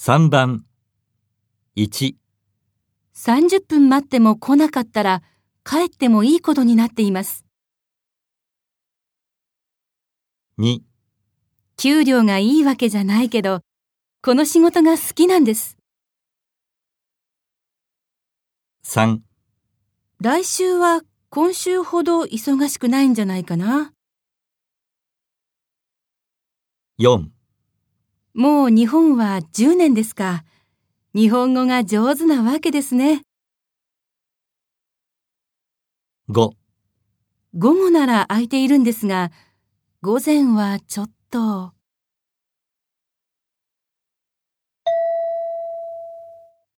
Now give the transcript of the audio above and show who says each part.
Speaker 1: 3番1、
Speaker 2: 30分待っても来なかったら帰ってもいいことになっています。
Speaker 1: 2、
Speaker 2: 給料がいいわけじゃないけど、この仕事が好きなんです。
Speaker 1: 3、
Speaker 2: 来週は今週ほど忙しくないんじゃないかな。
Speaker 1: 4、
Speaker 2: もう日本は10年ですか。日本語が上手なわけですね。
Speaker 1: 5、
Speaker 2: 午後なら空いているんですが、午前はちょっと。